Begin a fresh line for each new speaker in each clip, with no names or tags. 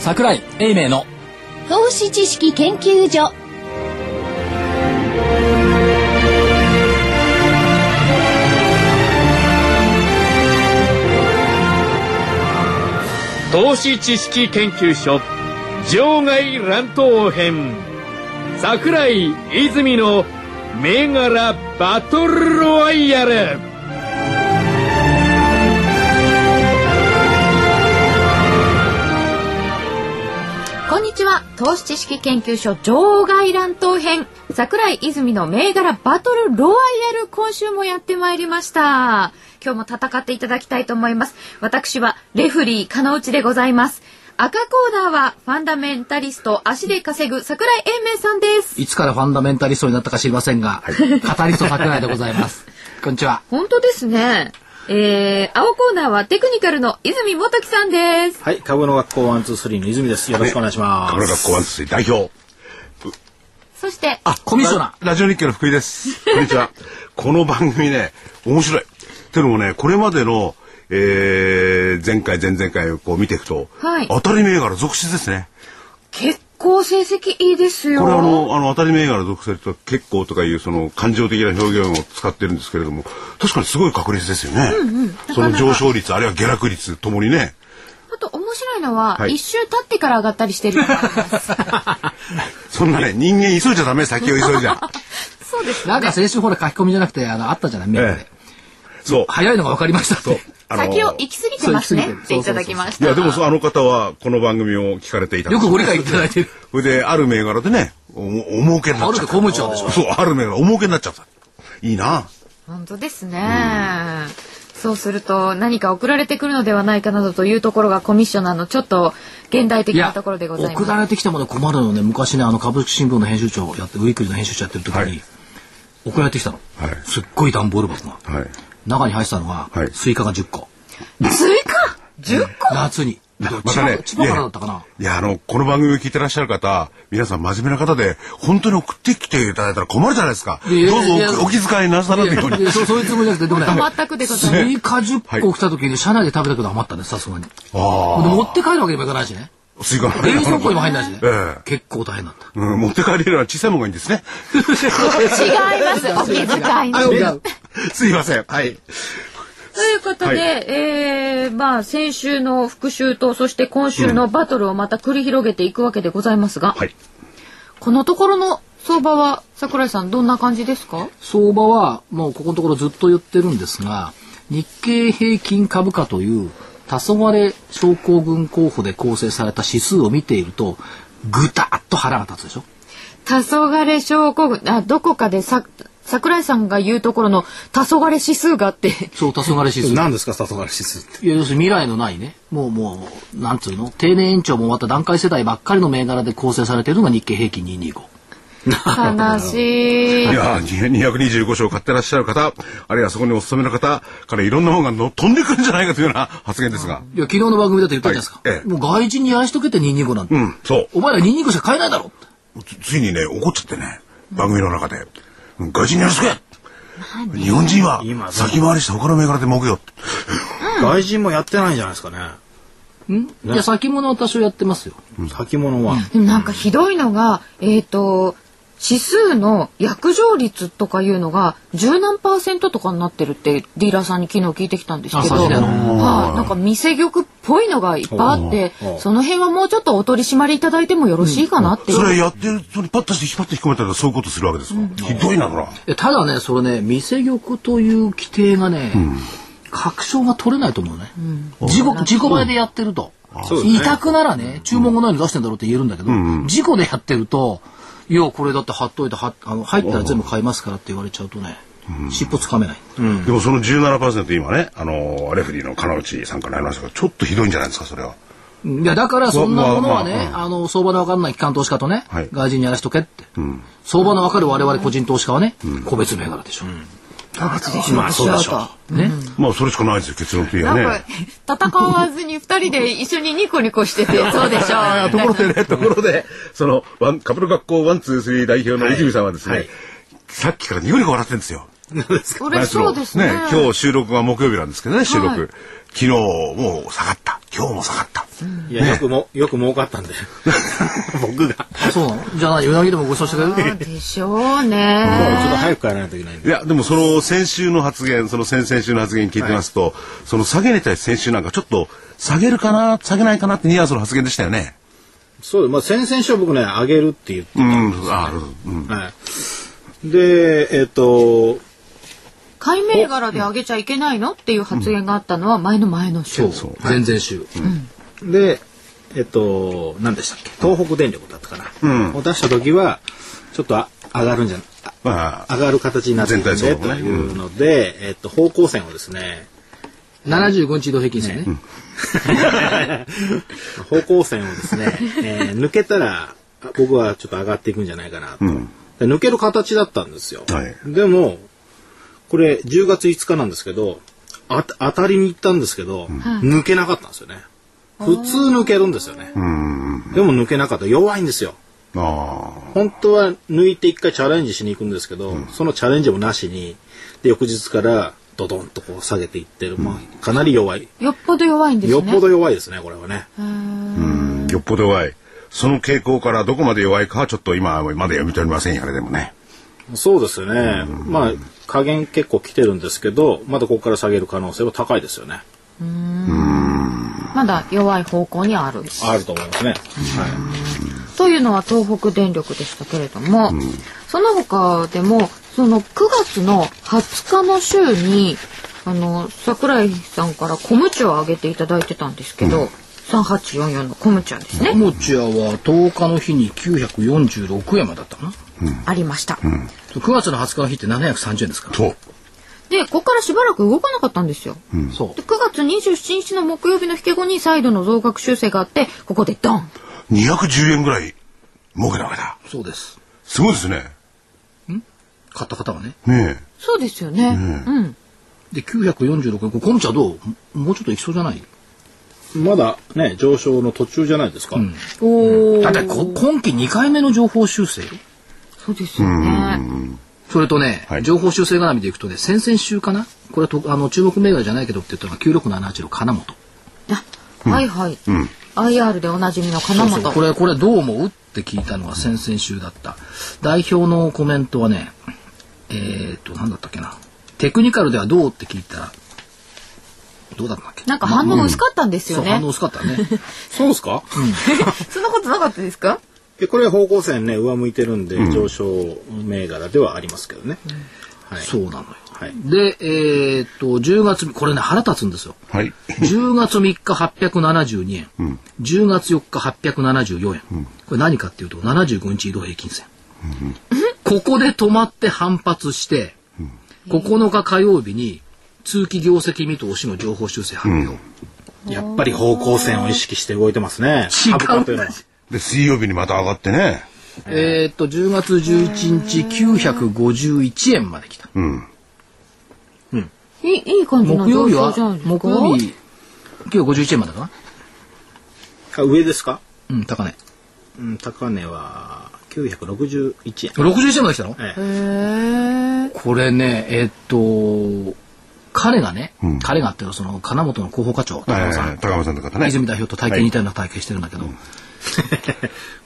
桜井英明の
投資知識研究所
投資知識研究所場外乱闘編桜井泉の銘柄バトルロワイヤル
こんにちは投資知識研究所場外乱闘編桜井泉の銘柄バトルロワイヤル今週もやってまいりました今日も戦っていただきたいと思います私はレフリー金内でございます赤コーナーはファンダメンタリスト足で稼ぐ桜井英明さんです
いつからファンダメンタリストになったか知りませんが、カタリスト桜井でございます こんにちは
本当ですねえー、青コーナーはテクニカルの泉元樹さんです
はい、株の学校ワンツースリーの泉です。よろしくお願いしま
カメラ学
す。
校ワンツー代表。
そして
あ、
コミッショナ
ララジオ日経の福井です。こんにちは。この番組ね、面白い。てのもね、これまでの、えー、前回、前々回をこう見ていくと、
はい
当たり銘柄続出ですね。
結構成績いいですよ
これあの、あの、当たり銘柄続出とか結構とかいうその感情的な表現を使ってるんですけれども、確かにすごい確率ですよね。その上昇率、あるいは下落率ともにね、
あと面白いのは、一、
はい
周経ってから上がったりしてる。
そんなね、人間急いじゃダメ、先を急 いじゃ。
そうです。
なんか先週ほら書き込みじゃなくてあのあったじゃないメールで、
ええそう。
早いのが分かりましたと
あの
先を行き過ぎてます
そう行き過ぎて
ね
る
っていただきまし
い
た。
や、でもそうあの方はこの番組を聞かれていたんで
よ
す
くご理解いただいてる
それで、ある銘柄でね、お、お儲けになっちゃった。
あるって公務長でしょ
そう、ある銘柄、お儲けになっちゃった。いいな。
本当ですね。そうすると何か送られてくるのではないかなどというところがコミッショナーのちょっと現代的
い
な
や
ところでございます。
送られてきたもの困るのね昔ねあの株式新聞の編集長やってウィークリーの編集長やってる時に、
はい
送られてきたの、
はい
すっごい段ボール箱が
はい。
中に入ってたのが、
はい
スイカが10個
追加10個
夏に
またね、
千葉千葉
いや
からだったかない
や、あの、この番組を聞いてらっしゃる方、皆さん真面目な方で、本当に送ってきていただいたら困るじゃないですか。ど
いや
う
いや
ぞおお気遣いなさらぬよう
い
に
や。そうそういうつもりじゃなくてでもね
全くでございます。
スイカ10個来た時に車内で食べたけど余ったねさすがに
あ
で持って帰るわけにもいかないしね
あ、スイカの
冷蔵庫にも入んないしね、
ええ
結構大変だった
うん、持って帰れるのは小さいものがいいんですね。
違い ます。お気遣いの。
すいません。はい。
ということで、
は
えー、まあ先週の復習とそして今週のバトルをまた繰り広げていくわけでございますが、
はい。
このところの相場は桜井さんどんな感じですか
相場はもうここのところずっと言ってるんですが日経平均株価という黄昏症候群候補で構成された指数を見ているとぐたっと腹が立つでしょ
黄昏症候群あどこかでさ桜井さんが言うところの黄昏指数があって
そう黄昏指数
何ですか、里原指数って。
いや要するに未来のないねもうもうなんつうの定年延長も終わった段階世代ばっかりの銘柄で構成されているのが日経平均225
悲しい
いやー、 に225章を買ってらっしゃる方、あるいはそこにお勤めの方からいろんなものがの飛んでくるんじゃないかというような発言ですが。
いや昨日の番組だって言ったじゃないですか、
はいええ
もう外人にやらしとけって225なんて、
うん、そ
お前ら225しか買えないだろ
う。つついにね、怒っちゃってね、番組の中で。うん外人によろしくや日本人は先回りして他の銘柄で儲けようって。
外人もやってないんじゃないですかね。
いや先物は多少やってますよ
先物は。
でもなんかひどいのがえっ、と指数の約定率とかいうのが十何パーセントとかになってるってディーラーさんに昨日聞いてきたんですけど、
あそうだよ
はい、なんか店玉っぽいのがいっぱいあってその辺はもうちょっとお取り締まりいただいてもよろしいかなっていう、
それやってる、それパッとして引っ張って引っ込めたらそういうことするわけですか。ひどいな、ほら。
いやただねそれね店玉という規定がね、確証が取れないと思うね、事故事故前でやってると、委託ならね注文がないの出してんだろうって言えるんだけど、事故でやってるといやこれだって貼っといてはあの入ったら全部買いますからって言われちゃうとね、尻尾つかめない、
でもその17%今ね、あのー、レフリーの金内さんからありましたけど、ちょっとひどいんじゃないですか、それは。
いやだからそんなものはね、
まあまあ
あの相場の分かんない機関投資家とね、
はい
外人にやらしとけって、相場の分かる我々個人投資家はね、個別銘柄でしょ、
まあ、そうでしょ
ね、
まあ、それしかないですよ、結論的には
なん
ね。
か戦わずに二人で一緒にニコニコしててそうでしょ
あー
う
ところで ね、ところで、その、ワン、カップル学校ワン、ツー、スリー代表の泉さんはですね、さっきからニコニコ笑ってるんですよ。
それそうですね。
今日収録が木曜日なんですけどね、収録。昨日もう下がった。今日も下 がった。
いや、よくも、よく儲か ったんで。僕が。
あそうなのじゃあ何うなぎでもご馳走してくれ
あ
る
でしょうね。
ちょっと早く帰らないといけないんで。
いや、でもその先週の発言、その先々週の発言聞いてますと、その下げに対して先週なんかちょっと下げるかな、下げないかなってニュアンスの発言でしたよね。
そう、まあ、先々週は僕ね、あげるって言って
うん、ある。うん。
はい。で、えっ、と、
買い銘柄で上げちゃいけないのっていう発言があったのは前の前の週。
そう前々週、
で、えっ、と、何でしたっけ東北電力だったかな、
うん
を出した時は、ちょっとあ上がるんじゃあ
まあ、
上がる形になってるんで、
全体
と
像もね
いうので、えっ、と、方向線をですね、
75日移動平均線ね
方向線をですね、えー抜けたら、あ僕はちょっと上がっていくんじゃないかなと。
ん
で抜ける形だったんですよ。
はい
でも、これ10月5日なんですけど、あた当たりに行ったんですけど、抜けなかったんですよね。普通抜けるんですよね。
うん。
でも抜けなかった。弱いんですよ。
あ
本当は抜いて一回チャレンジしに行くんですけど、そのチャレンジもなしに、で、翌日からドドンとこう下げていってる。まあ、かなり弱い。
よっぽど弱いんですね。
よっぽど弱いですね、これはね。
あ、よっぽど弱い。その傾向からどこまで弱いかはちょっと今まだ読み取れませんよね、でもね。
そうですよね。まあ、加減結構来てるんですけど、まだここから下げる可能性は高いですよね。
まだ弱い方向にある。
あると思いますね。
というのは東北電力でしたけれども、その他でもその9月の20日の週にあの桜井さんから小ムチをあげていただいてたんですけど、3844の小ムチャですね、
もちやは10日の日に946円までだったかな
ありました、
9月の20日の日って730円ですから
と。
でここからしばらく動かなかったんですよ、
そう
で9月27日の木曜日の引け後に再度の増額修正があってここでドン
210円ぐらい儲けたわけだ。
そうです
すごいですね。
買った方はね
ね
そうですよね、うん
で946円これコムチャどうもうちょっといきそうじゃない
まだね、上昇の途中じゃないですか。
おお
だってこ今期2回目の情報修正よ
そうですよね
それとね、
はい
情報修正絡みでいくとね先々週かなこれはとあの中国銘柄じゃないけどって言ったのが9678の金本
あはいはい、IR でおなじみの金
そう
本
そうこれこれどう思うって聞いたのが先々週だった代表のコメントはねえー、っと何だったっけなテクニカルではどうって聞いたらどうだったっけ
なんか反応薄かったんです
そう
よね。
反応薄かったね
そうですか、
そんなことなかったですか？
でこれ方向線ね、上向いてるんで、上昇銘柄ではありますけどね。はい。
そうなのよ
はい。
でえー、っと10月これね腹立つんですよ
え。はい。
10月3日872円、10月4日874円、これ何かっていうと75日移動平均線、ここで止まって反発して、9日火曜日に通期業績見通しの情報修正発表、
やっぱり方向線を意識して動いてますね。
違
株価というの
な
は
で、水曜日にまた上がってね。
えーっと10月11日951円まで来た、
うん。
いいいい感じの
木曜
上
日
昇
は
じゃないですか。
木曜日今日51円までかな
あ上ですか
うん高値
うん、高値は961円。
61円まで来たの、
え
へ
え
え。
これね、えっと、彼がね、彼がっていうのはその金本の広報課長、
はい
高
は
尾
い
さん
はい高山さんの方ね。
泉代表と体型似たような体型してるんだけど、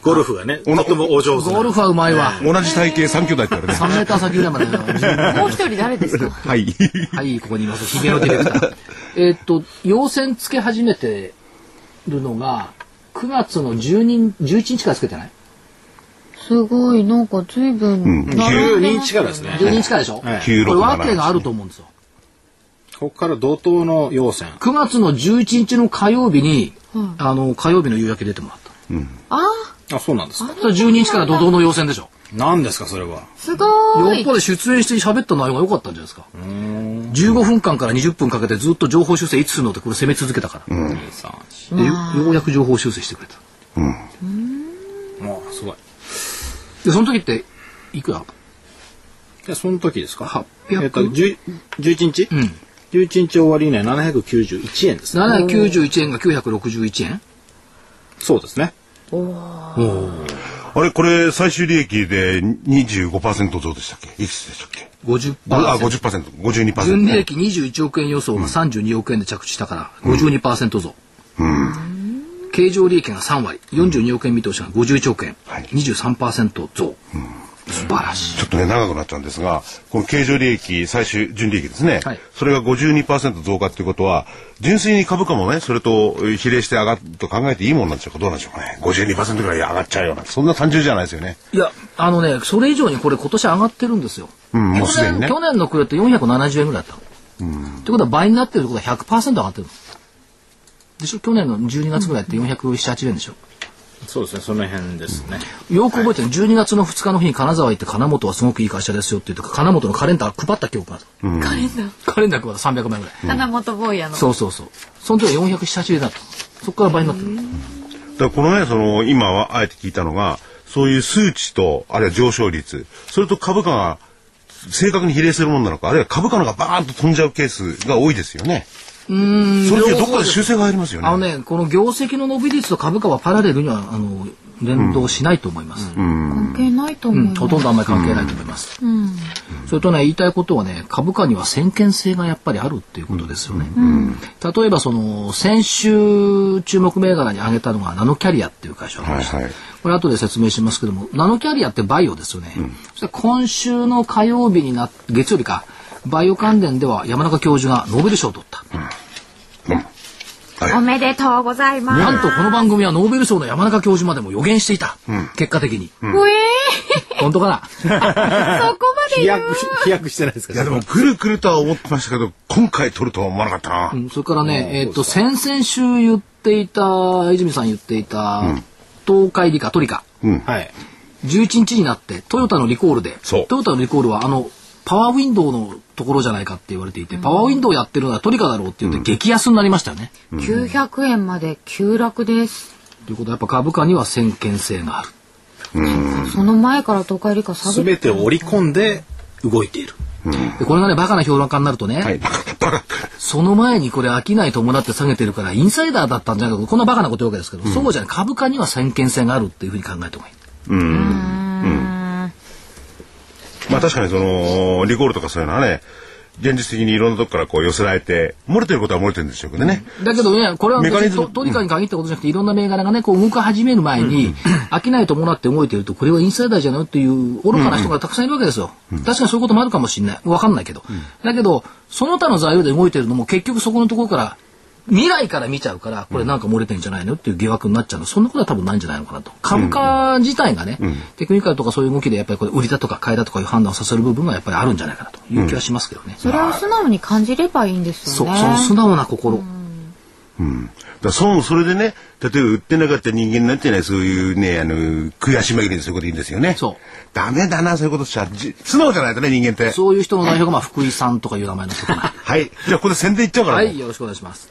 ゴルフがね、
おな
とてもお上手な
ゴルフはうまいわ。
同じ体型三兄弟って言われて。
3メーター先ぐらいまでの自分
もう一人誰で すか？
はい。
はい、ここにいます。ヒゲのディレクター。えっと、陽線つけ始めてるのが、9月の12日、11日からつけてない
すごいなんか随分並んでますよね
12日からですね。
?12 日からでしょ、
はい
これ訳があると思うんですよ。
ここから同等の要線。
9月の11日の火曜日に、あの、火曜日の夕焼け出てもらった。
あ
あ、そうなんですか。
それ12日から怒涛の陽線でしょ
何ですか、それは。
すご
よっ
い
ぽ。ど出演して喋った内容が良かったんじゃないですか。15分間から20分かけてずっと情報修正いつするのってこれ攻め続けたから。
23
でよようやく情報修正してくれた。
もうすごい。
で、その時って、いくら
で、その時ですか。800?
800。
えっと、10 11日うん11日終わり以内791円ですね。
?791 円が961円
そうですね。
あれこれ最終利益で25%増でしたっけいくつでしたっけ
50%
ああ 50%52%
純利益21億円予想が32億円で着地したから52%増、経常利益が3割42億円見通しが51億円、
はい
23%増、素晴らしい
ちょっとね、長くなっちゃうんですが、この経常利益、最終純利益ですね。
はい
それが52%増加っていうことは、純粋に株価もね、それとえー比例して上がると考えていいもんなんでしょうかどうなんでしょうかね。52%ぐらい上がっちゃうような、そんな単純じゃないですよね。
いやあのねそれ以上にこれ今年上がってるんですよ、
うん、もうす
去
でに
年
ね。
去年の暮れって470円ぐらいだったの、ってことは倍になってるってことは100%上がってるのでしょ去年の12月ぐらいって478円でしょ、
そうですね、その辺ですね。
よく覚えてる、12月の2日の日に金沢行って金本はすごくいい会社ですよって言って金本のカレンダー配った記憶がある、
カレンダー
カレンダー配った300万円ぐらい、
金本坊やの
そうそうそうその時は478円だったそこから倍になってる、
だからこのね、その、今はあえて聞いたのが、そういう数値と、あるいは上昇率、それと株価が正確に比例するものなのか、あるいは株価のがバーンと飛んじゃうケースが多いですよね。うん。それってどこかで修正が入りますよね。
あのねこの業績の伸び率と株価はパラレルにはあの連動しないと思います、うん
関係ないと思います
ほとんどあんまり関係ないと思います、それとね言いたいことはね株価には先見性がやっぱりあるっていうことですよね、例えばその先週注目銘柄に挙げたのがナノキャリアっていう会社なん
は
で
い
す
はい。
これ後で説明しますけども、ナノキャリアってバイオですよね。そして今週の火曜日にな、月曜日か、バイオ関連では山中教授がノーベル賞を取った。
おめでとうございます
なんとこの番組はノーベル賞の山中教授までも予言していた。結果的に。
うえ
本当か
ーそこまで
飛
言う
躍、飛躍してないですか
いやでも、くるくるとは思ってましたけど、今回取るとは思わなかったな。
なそれからね、えっと、先々週言っていた、泉さん言っていた、東海理科、トリカ。
はい。
11日になってトヨタのリコールで
そう
トヨタのリコールはあのパワーウィンドウのところじゃないかって言われていて、パワーウィンドウやってるのはトリカだろうって言って激安になりましたよね。
900円まで急落です
ということはやっぱ株価には先見性がある。
その前から東海理科下
す
げ
べてを織り込んで動いている。
でこれがねバカな評論家になるとね、
はい、バカ、バカ。
その前にこれ商い伴って下げてるからインサイダーだったんじゃないかとこんなバカなこと言うわけですけど、そうじゃない株価には先見性があるっていうふうに考えた方がいい。
まあ確かにその、リコールとかそういうのはね、現実的にいろんなとこからこう寄せられて、漏れてることは漏れてるんでしょうけどね。
だけどね、これは別
メカニ
に
ズム
トトリカに限ったことじゃなくて、いろんな銘柄がね、こう動か始める前に、飽きないと思って動いてると、これはインサイダーじゃないっていう愚かな人がたくさんいるわけですよ。確かにそういうこともあるかもしれない。わかんないけど。だけど、その他の材料で動いてるのも、結局そこのところから、未来から見ちゃうから、これなんか漏れてんじゃないのっていう疑惑になっちゃうの。そんなことは多分ないんじゃないのかなと。株価自体がね、テクニカルとかそういう動きで、やっぱりこれ売りだとか買いだとかいう判断をさせる部分がやっぱりあるんじゃないかなという気はしますけどね。
それを素直に感じればいいんです
そ
よ
う、
ね
その素直な心。
だからそもそれでね、例えば売ってなかった人間なんてね、そういうね、あの、悔し紛れにそういうこと言うんですよね。
そう。
ダメだな、そういうことしちゃ。じ素直じゃないとね、人間って。
そういう人の代表が、まあ、福井さんとかいう名前の人かな。
はい。じゃあここで宣伝いっちゃうから。
はい、よろしくお願いします。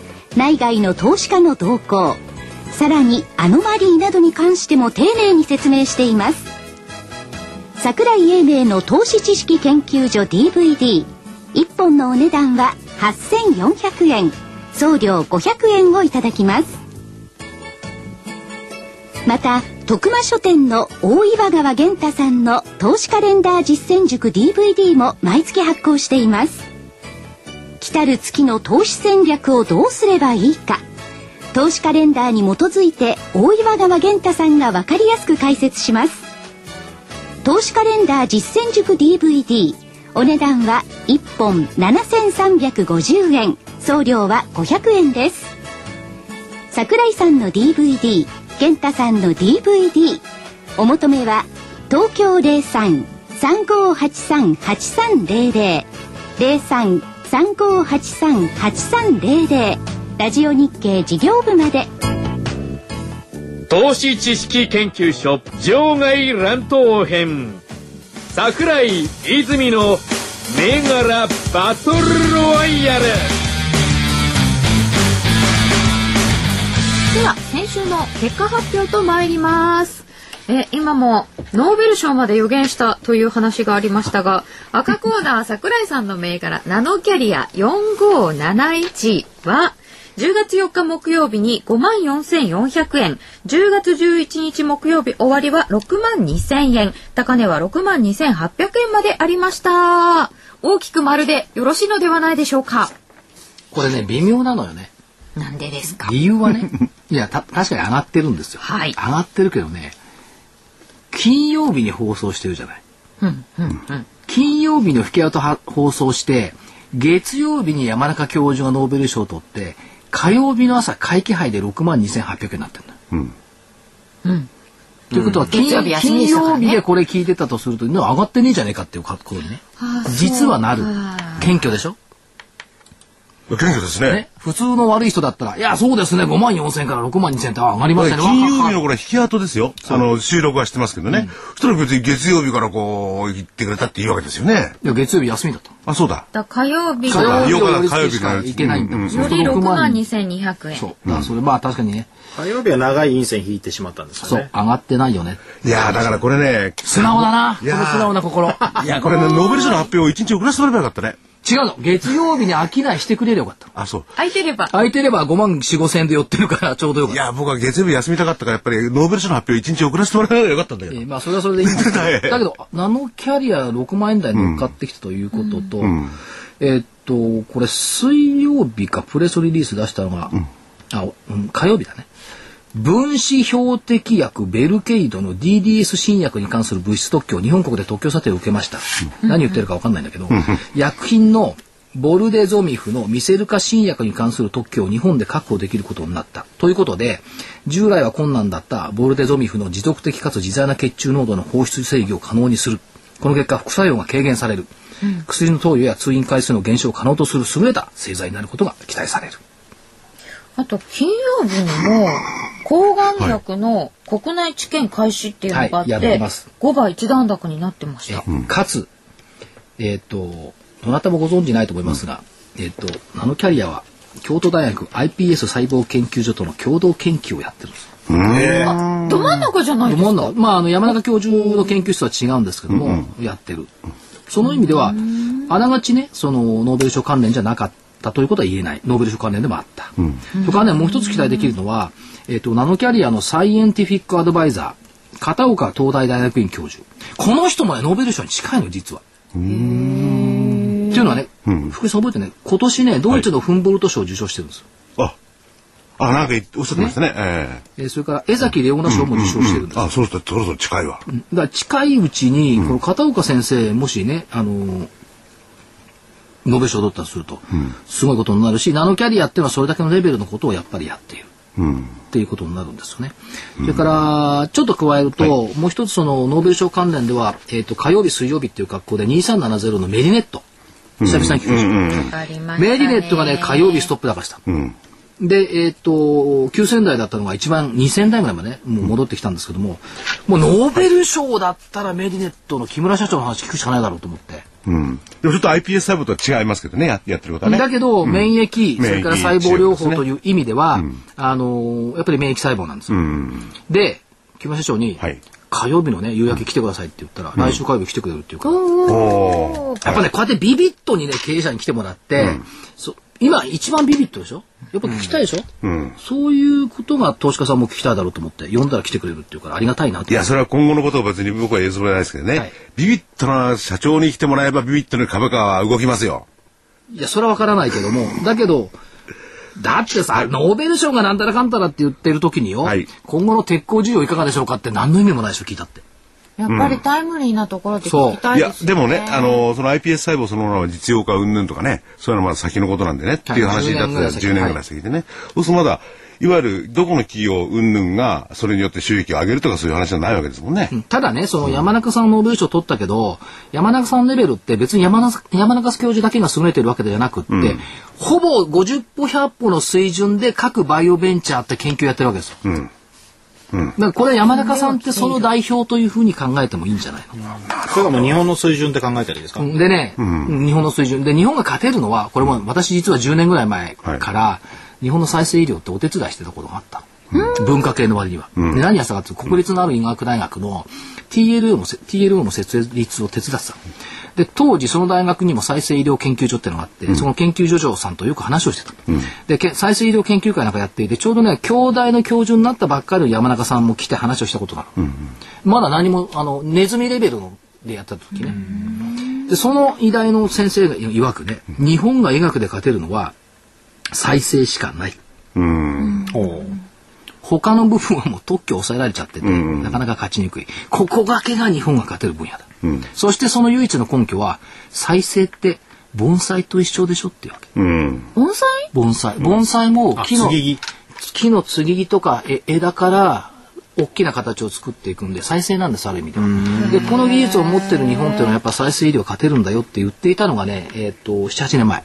内外の投資家の動向さらにアノマリーなどに関しても丁寧に説明しています桜井英明の投資知識研究所 DVD1 本のお値段は8400円送料500円をいただきますまた徳間書店の大岩川源太さんの投資カレンダー実践塾 DVD も毎月発行しています来たる月の投資戦略をどうすればいいか投資カレンダーに基づいて大岩川源太さんが分かりやすく解説します投資カレンダー実践塾 DVD お値段は1本7350円送料は500円です桜井さんの DVD 健太さんの DVD お求めは東京03-3583-8300 03-3583-8300ラジオ日経事業部まで
投資知識研究所場外乱闘編桜井泉の銘柄バトルロワイヤル
では先週の結果発表と参りますえ今もノーベル賞まで予言したという話がありましたが赤コーナー桜井さんの銘柄ナノキャリア4571は10月4日木曜日に5万4400円10月11日木曜日終わりは6万2000円高値は6万2800円までありました大きく丸でよろしいのではないでしょうか
これね、微妙なのよね。
なんでですか
理由はね、 いや、た、確かに上がってるんですよ。
はい
上がってるけどね、金曜日に放送してるじゃない。
うんうんうん
金曜日の引き跡は放送して、月曜日に山中教授がノーベル賞を取って、火曜日の朝、会期杯で6万2800円になってるんだよ。
うん
ということは、金
月曜日休みでしたからね
金曜日でこれ聞いてたとすると、上がってねえじゃねえかっていう格好にね
あー、
実はなる
そうか。
謙虚でしょ
謙虚ですね。
ね、普通の悪い人だったら、いや、そうですね、5万4千から6万2千ってあ上がりましたね。
金曜
わ
日
は
の
は
これ引き跡ですよ。その収録はしてますけどね。そしたら別に月曜日からこう行ってくれたっていいわけですよね。
いや月曜日休みだった。
あ、そうだ。
だ火曜日
そうだ
が
火
よ
曜日
火曜日
し
から
か行けないんだもん。
うん
そうす
り
ると
6
6
万
万
2200円
そう。だからそれ、まあ確かにね、
火曜日は長い陰線引いてしまったんです
そ
よ
う
ね、。
上がってないよね。
いやーだからこれね。
素直だな、こ
い
の
やー
素直な心。違
いや、これね、ノーベル賞の発表を一日遅らせてもらえばよかったね。
うの、月曜日に商いしてくれればよかっ
あ、そう。
空いてれば
た。空いてれば5万4、5千円で寄ってるからちょうどよかっ
い
た。
や、僕は月曜日休みたかったから、やっぱりノーベル賞の発表を一日遅らせてもらえばよかったんだけ
え
ど。
ーまあそれはそれでいいんですけ
はい
ど、だけど、ナノキャリア6万円台乗っかってきたということと、えーっと、これ水曜日かプレスリリース出したのが、あ、うん火曜日だね。分子標的薬ベルケイドの DDS 新薬に関する物質特許を日本国で特許査定を受けました。何言ってるかわかんないんだけど、薬品のボルデゾミフのミセルカ新薬に関する特許を日本で確保できることになった。ということで、従来は困難だったボルデゾミフの持続的かつ自在な血中濃度の放出制御を可能にする。この結果、副作用が軽減される。薬の投与や通院回数の減少を可能とする優れた製剤になることが期待される。
あと金曜日にも抗がん薬の国内治験開始っていうのがあって、
はいやってます
5倍一段高になってました。
えかつ、えっ、と、どなたもご存じないと思いますが、えっ、と、ナノキャリアは京都大学 iPS 細胞研究所との共同研究をやってるんです。
ど真ん中じゃないです
も
か。
の、まあ、あの、山中教授の研究室は違うんですけども、やってる。その意味では、あながちね、その、ノーベル賞関連じゃなかったということは言えない。ノーベル賞関連でもあった。それからね、もう一つ期待できるのは、えっ、と、ナノキャリアのサイエンティフィックアドバイザー、片岡東大大学院教授。この人もね、ノーベル賞に近いの、実は。っていうのはね、福井さん覚えてね、今年ね、ドイツのフンボルト賞を受賞してるんですよ。
あ、あ、なんか言っておっしゃってましたね。え
えーそれから、江崎レオナ賞も受賞してるんです
え。あ、そうするとそろそろ近いわ。
だから近いうちに、この片岡先生もしねあのーノーベル賞を取ったとすると、すごいことになるしナノキャリアっていうのはそれだけのレベルのことをやっぱりやっている。
うん。
っていうことになるんですよね。それから、ちょっと加えると、もう一つその、ノーベル賞関連では、えっ、と、火曜日、水曜日っていう格好で2370のメリネット。久々に聞きました。
わかりましたね
メリネットがね、火曜日ストップ高した。
うん。
で、えっ、と、9000台だったのが一番2000台ぐらいまでね、もう戻ってきたんですけども、もうノーベル賞だったらメディネットの木村社長の話聞くしかないだろうと思って。
うん。でもちょっと iPS 細胞とは違いますけどね、ややってることはね。
だけど、免疫、それから細胞療法という意味では、あのーやっぱり免疫細胞なんですよ。
うん。
で、木村社長に、
はい
火曜日のね、夕焼け来てくださいって言ったら、来週火曜日来てくれるっていうから、
おおー。
やっぱね、こうやってビビットにね、経営者に来てもらって、そ今一番ビビットでしょやっぱ聞きたいでしょ、
うん。
そういうことが投資家さんも聞きたいだろうと思って、読んだら来てくれるっていうからありがたいなと。
いや、それは今後のことを別に僕は言うつもりはないですけどね。
はい
ビビットな社長に来てもらえばビビットの株価は動きますよ。
いや、それはわからないけども、だけど、だってさ、ノーベル賞がなんたらかんたらって言ってる時によ、
はい
今後の鉄鋼需要いかがでしょうかって何の意味もないでしょ、聞いたって。
やっぱりタイムリーなところで聞きた
い
い
や
で、す
で
よね。
もね、あの、その iPS 細胞そのものの実用化云々とかね、そういうのはまだ先のことなんでね、っていう話だったら
はい
10年ぐらい先でね。そうするとまだ、いわゆるどこの企業云々がそれによって収益を上げるとかそういう話じゃないわけですもんね。
ただね、その山中さんのノーベル賞取ったけど、山中さんのレベルって別に山中山中教授だけが優れてるわけではなくって、ほぼ50歩100歩の水準で各バイオベンチャーって研究やってるわけですよ。だからこれは山中さんってその代表というふうに考えてもいいんじゃないの
それがもう日本の水準で考えたらいいですか、
でね、日本の水準で日本が勝てるのはこれも私実は10年ぐらい前から日本の再生医療ってお手伝いしてたことがあったの、文化系の割には、で何やったかっていうと国立のある医学大学の TLO のせ TLO の設立を手伝ってたので当時その大学にも再生医療研究所っていうのがあって、その研究所長さんとよく話をしてた、でけ再生医療研究会なんかやっていてちょうどね京大の教授になったばっかりの山中さんも来て話をしたことがある、まだ何もあのネズミレベルのでやった時ね、でその医大の先生が曰くね日本が医学で勝てるのは再生しかない
うん。
他の部分はもう特許抑えられちゃってて、なかなか勝ちにくいここだけが日本が勝てる分野だ、そしてその唯一の根拠は再生って盆栽と一緒でしょっていうわけ
うん。
盆栽
盆栽盆栽も木の
継ぎ
木の継ぎ木とかえ枝から大きな形を作っていくんで再生なんですある意味ではでこの技術を持ってる日本っていうのはやっぱ再生医療勝てるんだよって言っていたのがね、えー、と78年前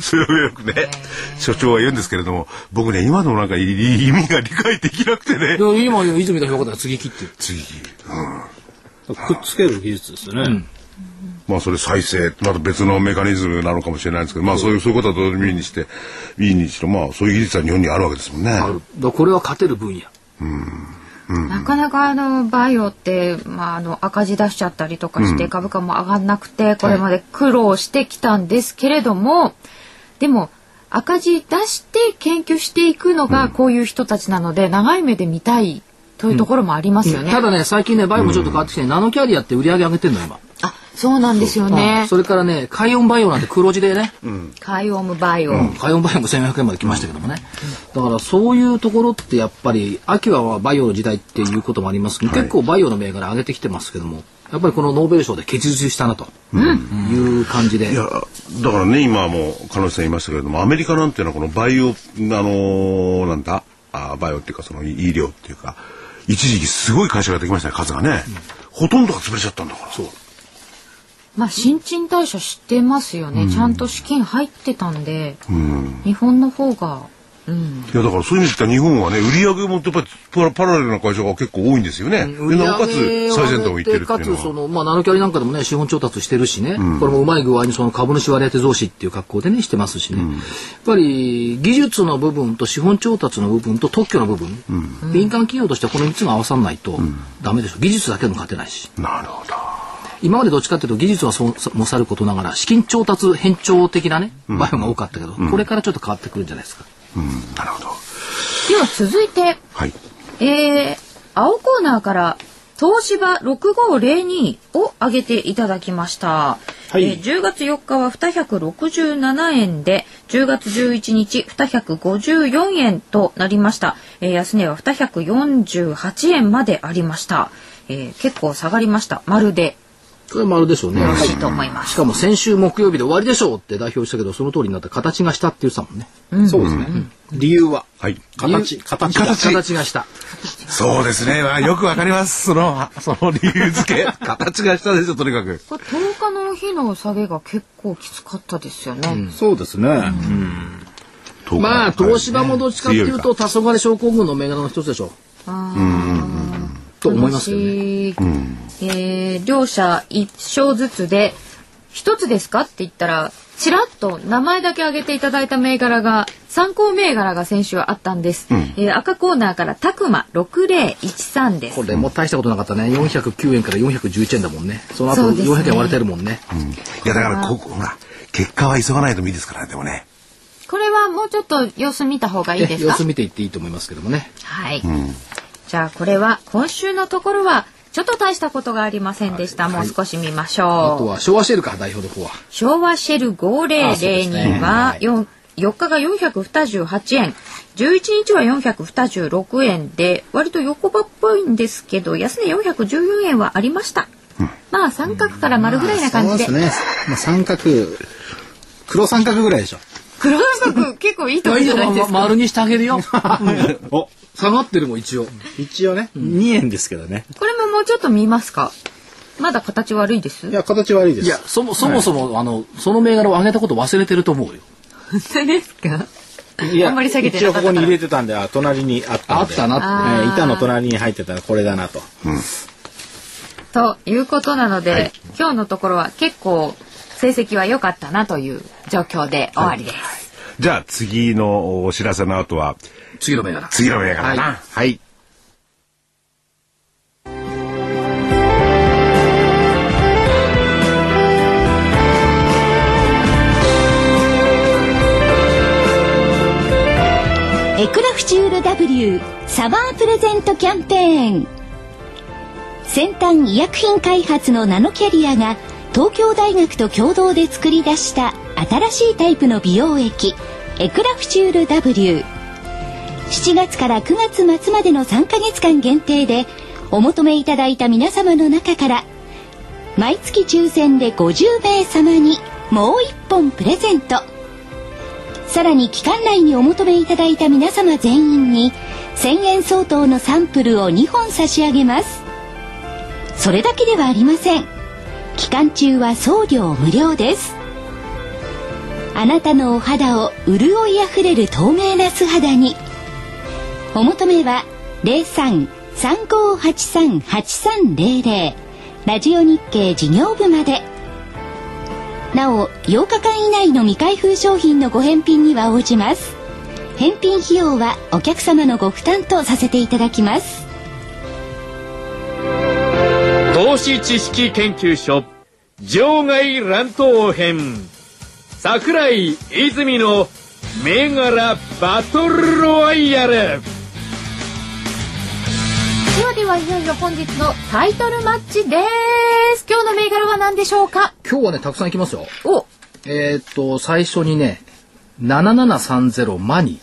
それをよくね、所長は言うんですけれども、僕ね、今のなんかい い意味が理解できなくてね。
で今泉代表が継ぎ木って
次。
くっつける技術ですよね、
まあそれ再生、また別のメカニズムなのかもしれないですけど、まあそういう、そういうことはどうでもいいにして、いいにしろ、まあそういう技術は日本にあるわけですもんね。
あるだからこれは勝てる分野
なかなかあのバイオって、まあ、あの赤字出しちゃったりとかして株価も上がんなくてこれまで苦労してきたんですけれども、でも赤字出して研究していくのがこういう人たちなので長い目で見たいというところもありますよね。
ただね最近ねバイオもちょっと変わってきて、ナノキャリアって売り上げ上げてんの今、
あそうなんですよ
うん
ね。
それからね海音バイオなんて黒字でね、
海オムバイオ、
海音バイオも1500円まで来ましたけどもね、だからそういうところってやっぱり秋ははバイオの時代っていうこともありますけど、結構バイオの銘柄上げてきてますけどもやっぱりこのノーベル賞で結実したなという感じで、
いやだからね今も彼女さん言いましたけれどもアメリカなんていうのはこのバイオあのなんだあバイオっていうかその医療っていうか一時期すごい会社ができましたね数がね、ほとんどが潰れちゃったんだからそう
まあ、新陳代謝してますよね、ちゃんと資金入ってたんで、日本の方が、うん、
いやだからそういう意味で言ったら日本はね売り上げもやっぱりパラパラレルな会社が結構多いんですよね、
売り
でなおか
上
つ
げを
最先端を
上
行っ
げ
て
て
るって
か
いうの
つ
は
その、まあ、ナノキャリなんかでもね資本調達してるしね、これもうまい具合にその株主割当増資っていう格好でねしてますしね、やっぱり技術の部分と資本調達の部分と特許の部分、民間企業としてはこの3つが合わさないとダメでしょ技術だけでも勝てないし
なるほど
今までどっちかっていうと技術はそうもさることながら資金調達変調的なね場合が多かったけど、これからちょっと変わってくるんじゃないですか。
うんなるほど
では続いて
はい
えー、青コーナーから東芝6502を上げていただきました、
はい
えー10月4日は267円で10月11日254円となりました、えー安値は248円までありました、えー結構下がりましたまるで
それもあるでしょうね、
よろしいと思います
しかも先週木曜日で終わりでしょうって代表したけどその通りになった形がしたって言ってたもんね
そうですね、理由は
はい
形形だ
形がした
そうですね、まあ、よくわかりますそのその理由 付け形がしたでしょとにかく
これ10日の日の下げが結構きつかったですよね、
そうですね、
まあ東芝もどっちかっていうと黄昏症候群の銘柄の一つでしょう。と思いますけどね。
楽しいえー両者一勝ずつで一つですかって言ったらちらっと名前だけ挙げていただいた銘柄が参考銘柄が先週あったんです、えー赤コーナーからたくま6013です
これも大したことなかったね。409円から411円だもんね。その後
そうですね
400円割れてるもんね。
いやだからここほら結果は急がないといいですからねでもね
これはもうちょっと様子見た方がいい
ね
です
様
か
子見ていっていいと思いますけどもね。
はい、じゃあこれは今週のところはちょっと大したことがありませんでした、もう少し見ましょう
あとは昭和シェルか代表の方は。
昭和シェル
あそうですね
5002は4 4日が428円11日は426円で割と横ばっぽいんですけど安値414円はありました、まあ三角から丸ぐらいな感じで,、
そうですね、まあ、三角黒三角ぐらいでしょ
黒三角結構いいとこじゃないですか、
ま丸にしてあげ るよ。
お
下がってるもん一応。
一応ね、二2円ですけどね
これももうちょっと見ますかまだ形悪いです
いや形悪いです
いや、そもそもそも、あの、その銘柄を上げたこと忘れてると思うよ。
本当ですか
いや
あんまり下げて
一
な
応
かっ
こ
たか
こに入
ら
れてたんで、あ、隣にあった
あ
ん
っ
で。
たなって。
えー板の隣に入ってたらこれだなと。
ということなので、今日のところは結構成績は良かったなという状況で終わりです。
じゃあ次のお知らせの後は、
次の銘柄。
次の銘柄かな。はい。
エクラフチュール W サマープレゼントキャンペーン先端医薬品開発のナノキャリアが東京大学と共同で作り出した新しいタイプの美容液エクラフチュール W7 月から9月末までの3ヶ月間限定でお求めいただいた皆様の中から毎月抽選で50名様にもう1本プレゼントさらに期間内にお求めいただいた皆様全員に1000円相当のサンプルを2本差し上げますそれだけではありません期間中は送料無料ですあなたのお肌を潤いあふれる透明な素肌にお求めは03-3583-8300ラジオ日経事業部までなお8日間以内の未開封商品のご返品には応じます返品費用はお客様のご負担とさせていただきます
投資知識研究所場外乱闘編桜井泉の銘柄バトルロワイヤル
ではではいよいよ本日のタイトルマッチです。今日の銘柄は何でしょうか
今日はね、たくさんいきますよ。
お、
えーっと、最初にね、7730マニ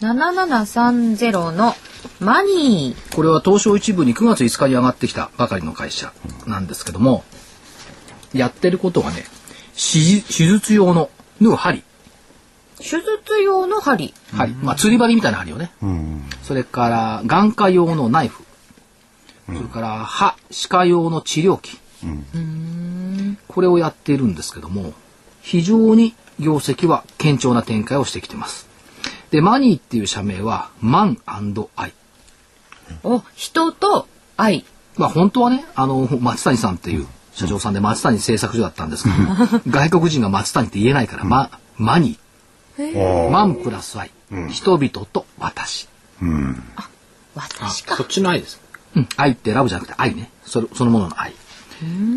ー。
7730のマニー。
これは東証一部に9月5日に上がってきたばかりの会社なんですけども、やってることはね、手術手術用の縫う針。
手術用の針。
針。まあ、釣り針みたいな針をね。
うん。
それから、眼科用のナイフ。それから、歯、歯科用の治療器。これをやっているんですけども、非常に業績は堅調な展開をしてきてます。で、マニーっていう社名は、マンアイ。
お、人と愛。
まあ本当はね、あの、松谷さんっていう社長さんで松谷製作所だったんですけ ど、外国人が松谷って言えないから、ま、マニー。マンプラス愛。人々と私。
私か。
そっちの愛です。
うん、愛ってラブじゃなくて愛ね。それそのものの愛。